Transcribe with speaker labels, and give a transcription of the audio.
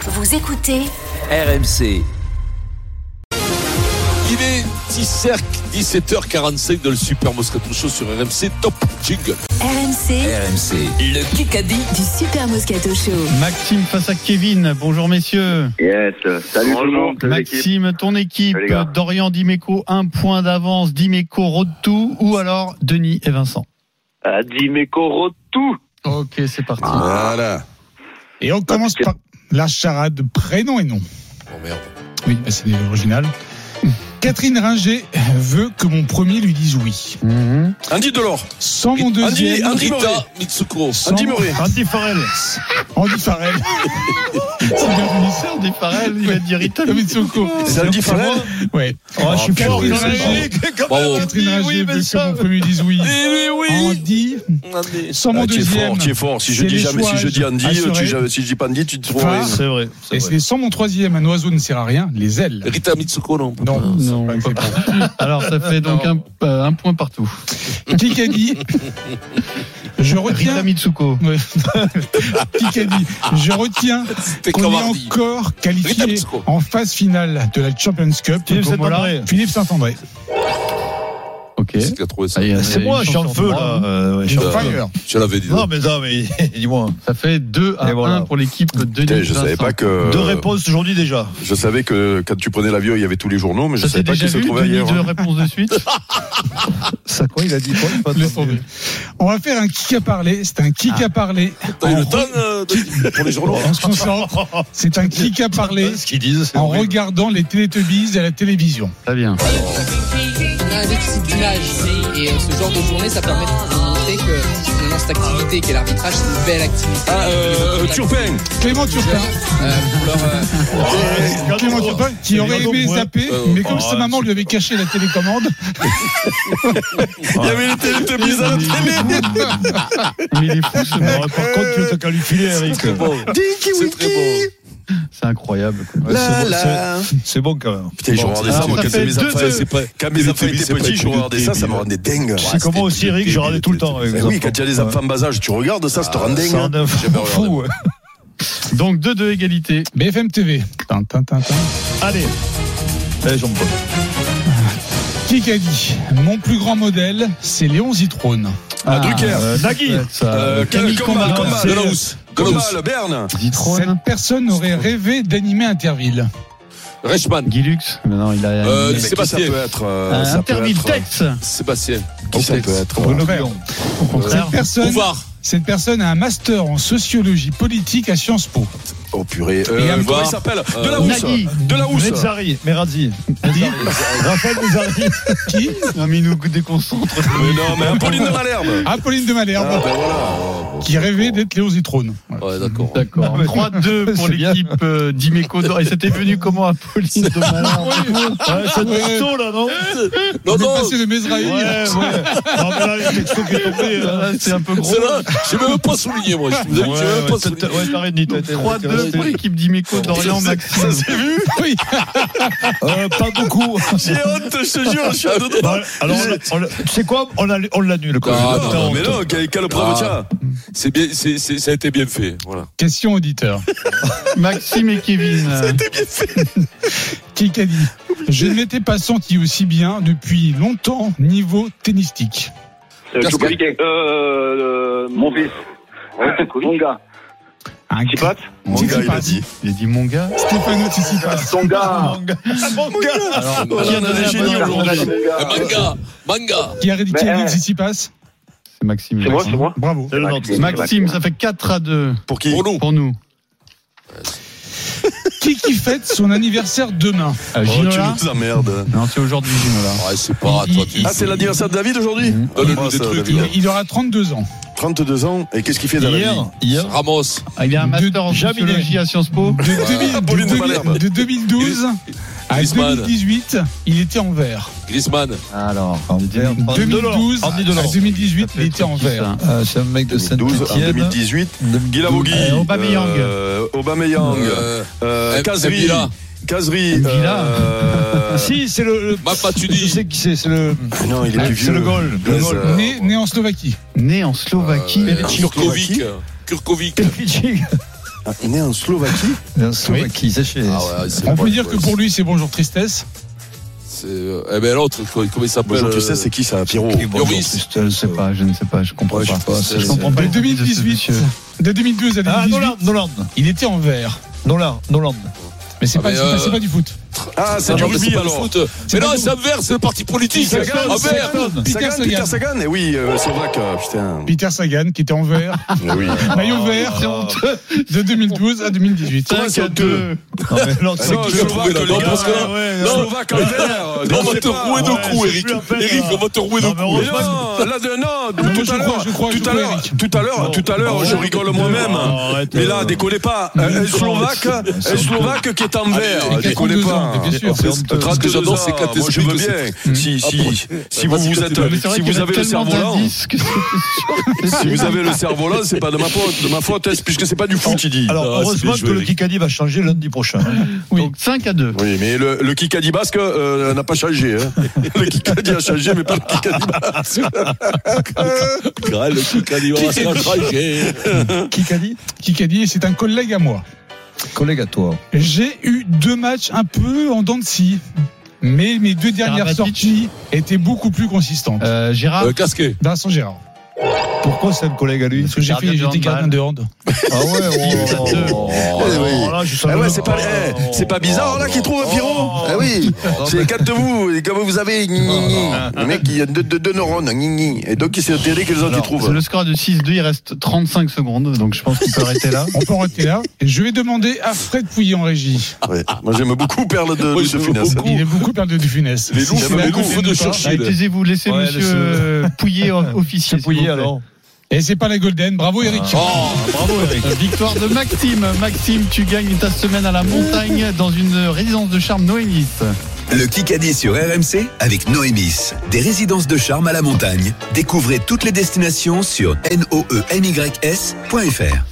Speaker 1: Vous écoutez
Speaker 2: RMC.
Speaker 3: Il est 17h45 dans le Super Moscato Show sur RMC Top Jingle.
Speaker 1: RMC
Speaker 2: RMC. Le Kikadi.
Speaker 1: du Super Moscato Show.
Speaker 4: Maxime face à Kevin. Bonjour messieurs.
Speaker 5: Yes. Salut tout le monde.
Speaker 4: Maxime, ton équipe,
Speaker 5: Salut, les gars.
Speaker 4: Dorian Dimeco, un point d'avance, Dimeco road tout, ou alors Denis et Vincent.
Speaker 5: Ah, Dimeco rote tout.
Speaker 4: Ok, c'est parti.
Speaker 3: Voilà.
Speaker 6: Et on commence par la charade prénom et nom.
Speaker 3: Oh merde.
Speaker 6: Oui, bah, c'est l'original. Catherine Ringer veut que mon premier lui dise oui.
Speaker 4: Mhm.
Speaker 3: Andy Delors.
Speaker 6: Sans mon
Speaker 3: Andy,
Speaker 6: deuxième.
Speaker 3: Andy Rita Mitsukuro.
Speaker 6: sans-
Speaker 4: Andy Farrell.
Speaker 6: Andy Farrell.
Speaker 4: C'est bien voulu, ça, Andy Farrell, il a dit Rita
Speaker 6: Tommy Tsoko.
Speaker 3: C'est Andy Farrell
Speaker 6: Ouais.
Speaker 4: Oh, je suis
Speaker 6: Catherine
Speaker 4: fort, il
Speaker 6: Ringer.
Speaker 4: s'agit.
Speaker 3: Bravo.
Speaker 6: Catherine Ringer
Speaker 4: Oui, mais
Speaker 6: veut que
Speaker 4: ça-
Speaker 6: mon premier lui dise oui.
Speaker 3: Eh oui, oui.
Speaker 6: Andy.
Speaker 3: Andy.
Speaker 6: Sans mon
Speaker 3: Ah, tu es
Speaker 6: deuxième.
Speaker 3: fort, tu es fort. Si je
Speaker 6: C'est
Speaker 3: dis
Speaker 6: les
Speaker 3: jamais, si
Speaker 6: choix,
Speaker 3: je dis Andy,
Speaker 6: assuré.
Speaker 3: tu, jamais- si je dis pas Andy, tu te trouves.
Speaker 6: Enfin,
Speaker 4: C'est vrai. c'est
Speaker 6: Et
Speaker 4: vrai.
Speaker 6: c'est sans mon troisième, un oiseau ne sert à rien, les ailes.
Speaker 3: Rita Mitsukuro, non.
Speaker 6: Non,
Speaker 4: Non.
Speaker 6: c'est pas acceptable.
Speaker 4: Alors ça fait donc un, euh, un point partout.
Speaker 6: Qui a dit Je
Speaker 4: Rita
Speaker 6: retiens
Speaker 4: Mitsuko.
Speaker 6: Ouais. Qui a dit Je retiens
Speaker 3: C'était
Speaker 6: qu'on est
Speaker 3: Cavardi.
Speaker 6: encore qualifié
Speaker 3: Ritabsco.
Speaker 6: en phase finale de la Champions Cup.
Speaker 4: Philippe
Speaker 6: Tomola,
Speaker 4: Saint-André.
Speaker 6: Philippe Saint-André.
Speaker 4: Ok.
Speaker 3: C'est qu'à trouver ça.
Speaker 4: C'est moi, je suis en feu là.
Speaker 3: Euh, Je l'avais dit.
Speaker 7: Non, mais non, mais dis-moi.
Speaker 4: Ça fait 2 à
Speaker 7: Et voilà.
Speaker 4: 1 pour l'équipe de Denis.
Speaker 8: Putain, je savais
Speaker 4: Vincent.
Speaker 8: pas que.
Speaker 5: Euh,
Speaker 7: Deux réponses aujourd'hui déjà.
Speaker 6: Oh.
Speaker 8: Je savais que quand tu prenais l'avion, il y avait tous les journaux, mais je
Speaker 4: Ça s'est
Speaker 8: savais pas
Speaker 4: déjà
Speaker 8: qu'ils se
Speaker 4: vu,
Speaker 8: trouvaient
Speaker 4: Denis,
Speaker 8: ailleurs. hein.
Speaker 4: deux réponses de suite.
Speaker 7: Ça quoi Il a dit quoi J'ai pas
Speaker 6: Laisse
Speaker 7: entendu.
Speaker 6: tomber. On va faire un kick à parler. C'est un kick à parler.
Speaker 3: T'as eu
Speaker 6: En
Speaker 3: le temps euh, de- pour les journaux.
Speaker 6: re- On se concentre. C'est un kick à parler
Speaker 7: Ce qu'ils disent, c'est
Speaker 6: en
Speaker 7: horrible.
Speaker 6: regardant les Teletubbies à la télévision.
Speaker 4: Très bien.
Speaker 9: On a un déficit d'image. Et euh, ce genre de journée, ça permet de montrer que finalement, cette activité qu'est l'arbitrage, c'est une belle activité.
Speaker 3: Ah, euh, Turpin.
Speaker 6: Clément Turpin.
Speaker 9: Euh, pour leur, euh,
Speaker 6: Euh, Clément Turpin qui aurait aimé zapper, mais comme
Speaker 7: Ah,
Speaker 6: sa maman lui avait caché la télécommande,
Speaker 3: Il y avait les télétubbies à la télé.
Speaker 4: Mais il est fou ce mec.
Speaker 7: Ouais, Par contre, tu t'as qu'à lui filer, Eric.
Speaker 3: C'est bon. C'est très bon.
Speaker 4: C'est incroyable.
Speaker 7: Ouais, c'est bon, c'est- C'est bon quand même.
Speaker 8: Putain, je regardais ça,
Speaker 4: alors,
Speaker 8: moi,
Speaker 4: ça
Speaker 8: quand
Speaker 4: fait
Speaker 8: mes
Speaker 4: deux,
Speaker 8: enfants-
Speaker 4: deux.
Speaker 8: c'est pas- quand mes enfants étaient petits, je regardais ça, ça me rendait dingue.
Speaker 7: Tu sais comment aussi, Eric, je regardais tout le temps avec
Speaker 8: Eh
Speaker 7: mes
Speaker 8: Oui,
Speaker 7: enfants.
Speaker 8: quand il y a des enfants bas âge, tu regardes ça, ça te rend dingue. hein.
Speaker 7: Ça en a
Speaker 8: J'ai pas regardé.
Speaker 7: fou. ouais.
Speaker 4: Donc 2-2 égalité.
Speaker 6: BFM TV. Tin, tin, tin, tin.
Speaker 7: Allez. Allez, Jean-Paul.
Speaker 6: Qui a dit Mon plus grand modèle, c'est Léon Zitrone.
Speaker 3: Ah, Drucker.
Speaker 7: Euh, Nagui.
Speaker 3: Euh,
Speaker 7: Camille
Speaker 3: Combal,
Speaker 7: Combal,
Speaker 3: Combal,
Speaker 7: c'est-
Speaker 3: Delahousse. Delahousse, Berne.
Speaker 4: Zitrone.
Speaker 6: Cette personne aurait rêvé d'animer Interville.
Speaker 3: Reichmann.
Speaker 4: Guilux. Mais non, il a.
Speaker 3: Euh,
Speaker 8: Mais qui
Speaker 3: Sébastien.
Speaker 8: ça peut être. euh, ça peut
Speaker 4: Interville
Speaker 8: être-
Speaker 4: Tex.
Speaker 3: Sébastien.
Speaker 8: Qui ça peut être
Speaker 7: Bruno
Speaker 6: Frère.
Speaker 7: Guillon.
Speaker 4: Au contraire.
Speaker 6: Cette personne,
Speaker 3: Bouvard.
Speaker 6: cette personne a un master en sociologie politique à Sciences Po.
Speaker 8: Oh purée.
Speaker 3: Euh,
Speaker 8: Euh,
Speaker 3: comment il s'appelle De la housse.
Speaker 4: Nagui.
Speaker 3: De la housse.
Speaker 7: Mezzari. Merazzi. Raphaël Mezzari.
Speaker 6: Qui
Speaker 4: Non, mais il nous déconcentre.
Speaker 3: Mais non, mais Apolline de Malherbe.
Speaker 6: Apolline de
Speaker 8: Ah,
Speaker 6: Malherbe,
Speaker 8: ben voilà.
Speaker 6: qui rêvait d'être Léon Zitrone. Voilà.
Speaker 3: Ouais, d'accord.
Speaker 4: D'accord. 3-2 pour
Speaker 7: C'est bien.
Speaker 4: l'équipe euh, d'Imeco. Et c'était venu comment Apolline de Malherbe
Speaker 7: Ouais, C'est le texto là,
Speaker 3: Non,
Speaker 7: non
Speaker 6: On est
Speaker 3: non,
Speaker 6: passé de Mesrahi.
Speaker 7: Ouais, ouais. Non, Ah, mais là, le texto qui est tombé. euh,
Speaker 4: Là, Ah, C'est hein, un peu gros.
Speaker 3: c'est là. J'ai même pas souligné, moi. Je vous ai dit, j'ai même pas souligné.
Speaker 7: Ouais, t'arrêtes, Nito.
Speaker 4: 3-2 pour l'équipe d'Imeco, Dorian, Maxime.
Speaker 3: Ça s'est vu
Speaker 6: Oui.
Speaker 7: Euh, Pas beaucoup.
Speaker 3: J'ai honte, je te jure, je suis à deux doigts.
Speaker 7: Bah, Alors, on l'a- on l'a- tu sais quoi On l'a- on l'annule quand
Speaker 3: Ah,
Speaker 8: Oh,
Speaker 7: même.
Speaker 3: non,
Speaker 7: Putain,
Speaker 3: mais
Speaker 7: on-
Speaker 3: non, quelle quelle preuve, tiens. C'est bien, c'est, c'est, ça a été bien fait. Voilà.
Speaker 6: Question auditeur.
Speaker 4: Maxime et Kevin.
Speaker 6: Qui a dit Je ne m'étais pas senti aussi bien depuis longtemps niveau tennistique.
Speaker 5: Euh,
Speaker 3: Casca-
Speaker 5: Djokovic, euh, euh, mon fils. Mon gars.
Speaker 6: Un
Speaker 5: Tipat
Speaker 8: Mon gars, il a dit.
Speaker 4: Il a dit mon gars.
Speaker 6: Stéphano Tsitsipas.
Speaker 5: Ton gars.
Speaker 10: Ah,
Speaker 3: On
Speaker 4: qui en a
Speaker 3: a des
Speaker 4: la
Speaker 3: génies
Speaker 4: bonne
Speaker 3: aujourd'hui.
Speaker 5: Mon
Speaker 10: Euh,
Speaker 3: Eh,
Speaker 5: gars.
Speaker 3: Manga, manga.
Speaker 6: Qui a dit
Speaker 5: Mais, eh.
Speaker 6: Tsitsipas
Speaker 4: C'est Maxime.
Speaker 5: C'est moi, c'est moi.
Speaker 6: Bravo.
Speaker 7: C'est le nôtre.
Speaker 5: Maxime.
Speaker 4: Maxime, ça fait 4 à 2
Speaker 8: Pour qui
Speaker 3: Pour nous.
Speaker 4: pour Oh, nous.
Speaker 6: Qui qui fête son anniversaire demain
Speaker 4: Euh,
Speaker 8: Oh, tu
Speaker 4: Ginola
Speaker 8: nous emmerdes.
Speaker 4: Non, c'est aujourd'hui Ginola.
Speaker 3: Ouais, c'est pas, toi, tu.
Speaker 8: Ah, c'est l'anniversaire de David aujourd'hui
Speaker 7: Mhm.
Speaker 3: Donne-nous des
Speaker 8: Ah, ça,
Speaker 3: trucs,
Speaker 8: David.
Speaker 3: là.
Speaker 6: Il aura 32 ans.
Speaker 8: 32 ans, et qu'est-ce qu'il fait dans la vie
Speaker 7: Hier, hier,
Speaker 3: Ramos.
Speaker 4: Ah, il a un
Speaker 6: De-
Speaker 4: master en
Speaker 6: Jaminet.
Speaker 4: sociologie à Sciences Po.
Speaker 6: De, 2000
Speaker 3: Apolline de
Speaker 6: de 2000
Speaker 3: Malherbe.
Speaker 6: de 2012 à
Speaker 3: Griezmann.
Speaker 6: 2018, il était en vert.
Speaker 3: Griezmann.
Speaker 7: Alors, en
Speaker 6: 2012 à 2018, il était en vert.
Speaker 7: Euh, C'est un mec de Eh,
Speaker 8: 2012, en
Speaker 7: Saint-Etienne.
Speaker 8: 2018, Guilavogui,
Speaker 4: Euh, Aubameyang.
Speaker 8: euh, Aubameyang,
Speaker 3: Euh,
Speaker 8: euh,
Speaker 3: M-
Speaker 8: Kazri,
Speaker 3: Villa.
Speaker 8: Kazri,
Speaker 4: Villa.
Speaker 8: euh,
Speaker 7: Eh, Ah, Si, c'est le. le-
Speaker 3: Mapatudi.
Speaker 7: Je sais qui c'est, c'est le.
Speaker 8: ah non, il est
Speaker 7: Ah,
Speaker 8: plus
Speaker 7: c'est
Speaker 8: vieux.
Speaker 7: le goal, le
Speaker 8: Blaise,
Speaker 7: goal.
Speaker 8: euh,
Speaker 6: Né, né en Slovaquie.
Speaker 4: Né en Slovaquie.
Speaker 3: Kurkovic. Kurkovic.
Speaker 7: Pitching.
Speaker 8: ah, est né en Slovaquie.
Speaker 7: Un Slovaquie, sachez.
Speaker 10: Ah ouais, c'est
Speaker 6: On
Speaker 10: pas-
Speaker 6: peut dire que pour lui, c'est bonjour tristesse.
Speaker 10: c'est- Eh ben l'autre, comment il s'appelle
Speaker 8: Bonjour, tu
Speaker 10: euh,
Speaker 8: sais, c'est qui ça, Pierrot
Speaker 10: Yoris.
Speaker 4: Je ne sais pas, je ne sais pas, je comprends
Speaker 10: Ouais, je
Speaker 4: pas.
Speaker 10: sais pas, c'est-
Speaker 4: Je comprends pas.
Speaker 6: De
Speaker 4: les envies de ce
Speaker 6: 2018
Speaker 4: monsieur.
Speaker 6: de 2012 à 2018.
Speaker 7: Ah, Noland, Noland,
Speaker 6: Il était en vert.
Speaker 7: Noland, Noland.
Speaker 6: Mais c'est
Speaker 10: Ah,
Speaker 6: pas,
Speaker 10: mais,
Speaker 6: c'est pas-
Speaker 10: euh,
Speaker 6: c'est pas du foot.
Speaker 8: Ah, c'est
Speaker 10: Ah
Speaker 8: du
Speaker 10: non, mais
Speaker 8: rugby
Speaker 10: c'est pas le
Speaker 8: alors.
Speaker 10: foot. Mais
Speaker 6: pas
Speaker 10: non,
Speaker 6: nous.
Speaker 10: c'est Anvers, c'est le parti politique.
Speaker 8: Sagan,
Speaker 10: Ah, merde.
Speaker 6: Sagan, Peter
Speaker 8: Sagan, Peter
Speaker 6: Sagan.
Speaker 8: Sagan, eh oui, euh, Slovaque, euh, putain.
Speaker 6: Peter Sagan qui était en vert.
Speaker 8: Eh oui.
Speaker 6: Maillot vert de 2012 à 2018.
Speaker 8: Comment ça,
Speaker 4: Cinq à
Speaker 8: deux
Speaker 4: deux.
Speaker 7: Non, mais l'autre,
Speaker 8: Ah non,
Speaker 10: qui l'a trouvé, là
Speaker 8: Slovaque,
Speaker 10: Non,
Speaker 8: les
Speaker 10: parce que
Speaker 8: gars,
Speaker 10: là,
Speaker 4: Ah, Ouais,
Speaker 10: non,
Speaker 8: Slovaque en vert.
Speaker 10: non, on
Speaker 8: je
Speaker 10: va
Speaker 8: sais
Speaker 10: te
Speaker 8: pas.
Speaker 10: rouer de coups, Eric. Eric, on va te rouer de
Speaker 4: Non, mais
Speaker 10: coups.
Speaker 8: Mais non, là, de- non,
Speaker 6: Non,
Speaker 8: tout
Speaker 6: je
Speaker 8: à l'heure,
Speaker 6: crois, je crois, je
Speaker 8: tout à
Speaker 6: crois,
Speaker 8: l'heure,
Speaker 6: Eric.
Speaker 8: tout à l'heure, tout à l'heure, je rigole moi-même. Mais
Speaker 4: euh,
Speaker 8: là, déconnez pas. Un- Un Slovaque, un Slovaque qui est en
Speaker 10: Allez,
Speaker 8: vert.
Speaker 10: les
Speaker 8: Déconnez
Speaker 6: 42 ans,
Speaker 8: pas.
Speaker 6: euh,
Speaker 8: hein.
Speaker 6: mais bien sûr.
Speaker 10: C'est honteux. Ce que j'adore, c'est
Speaker 8: que
Speaker 10: éclater
Speaker 8: Moi, je
Speaker 10: ce
Speaker 8: veux
Speaker 10: but,
Speaker 8: bien. Si, si, si vous vous êtes,
Speaker 4: Mais c'est
Speaker 8: si
Speaker 4: vrai qu'il y
Speaker 8: vous avez le
Speaker 4: tellement
Speaker 8: cerveau-là,
Speaker 4: d'indices que
Speaker 8: si vous avez le cerveau-là, c'est pas de ma faute, de ma faute, est-ce- puisque c'est pas du foot, il dit.
Speaker 7: Alors,
Speaker 10: Ah, c'est
Speaker 7: heureusement
Speaker 10: bien
Speaker 7: que
Speaker 10: joué,
Speaker 7: le
Speaker 10: Eric.
Speaker 7: Kikadi va changer lundi prochain.
Speaker 4: Donc 5 à 2.
Speaker 8: Oui, mais le, le Kikadi basque euh, n'a pas changé. hein. Le Kikadi a changé, mais pas le Kikadi basque.
Speaker 10: Grêle, le kick à Dior, c'est un trajet.
Speaker 7: Kikadi,
Speaker 6: Kikadi, c'est un collègue à moi.
Speaker 7: collègue à toi.
Speaker 6: J'ai eu deux matchs un peu en dents de scie. Mais mes deux dernières
Speaker 4: Karabatic.
Speaker 6: sorties étaient beaucoup plus consistantes.
Speaker 4: Euh, Gérard,
Speaker 10: Euh, Casqué.
Speaker 6: Vincent Gérard.
Speaker 7: Pourquoi c'est un collègue à lui
Speaker 6: Parce que j'ai
Speaker 4: gardien
Speaker 6: fait,
Speaker 4: de
Speaker 6: j'étais
Speaker 4: handball.
Speaker 6: gardien de hand.
Speaker 7: Ah ouais, oh,
Speaker 4: deux.
Speaker 7: oh,
Speaker 8: Eh oui.
Speaker 7: oh, là, je
Speaker 8: Eh
Speaker 7: savais
Speaker 8: ouais,
Speaker 7: pas.
Speaker 8: c'est pas, eh, c'est pas bizarre là qu'il trouve, Pierrot
Speaker 7: Oh.
Speaker 8: Eh oui, c'est quatre de vous, et comme vous avez, gni, gni, gni. le mec il a deux, deux, deux neurones, gni, gni. et donc il s'est intéressé que les autres y trouvent.
Speaker 4: le score est de 6-2, il reste 35 secondes, donc je pense qu'on peut arrêter là.
Speaker 6: On peut arrêter là. Et je vais demander à Fred Pouilly en régie.
Speaker 8: Ouais. Moi j'aime beaucoup perdre de,
Speaker 10: Moi,
Speaker 8: de
Speaker 10: j'aime
Speaker 8: Funès.
Speaker 10: beaucoup.
Speaker 6: Il est beaucoup perdu du funeste.
Speaker 10: Les
Speaker 6: Si
Speaker 10: loups,
Speaker 6: c'est
Speaker 10: j'aime
Speaker 6: à
Speaker 10: les
Speaker 6: côté
Speaker 10: loups
Speaker 6: ou
Speaker 10: de
Speaker 6: pas.
Speaker 10: Churchill.
Speaker 4: Allez, taisez-vous, laissez
Speaker 7: Ouais,
Speaker 4: monsieur
Speaker 7: laissez-le.
Speaker 4: euh, Pouillet euh, officier.
Speaker 7: C'est Pouilly,
Speaker 4: s'il vous plaît.
Speaker 7: alors. Ah.
Speaker 6: Et c'est pas la Golden. Bravo Eric.
Speaker 10: Oh,
Speaker 7: Bravo, Eric.
Speaker 4: Euh, Victoire de Maxime. Maxime, tu gagnes ta semaine à la montagne dans une résidence de charme Noénis.
Speaker 2: Le Kikadi sur RMC avec Noémis. Des résidences de charme E à la montagne. Découvrez toutes les destinations sur noemys.fr.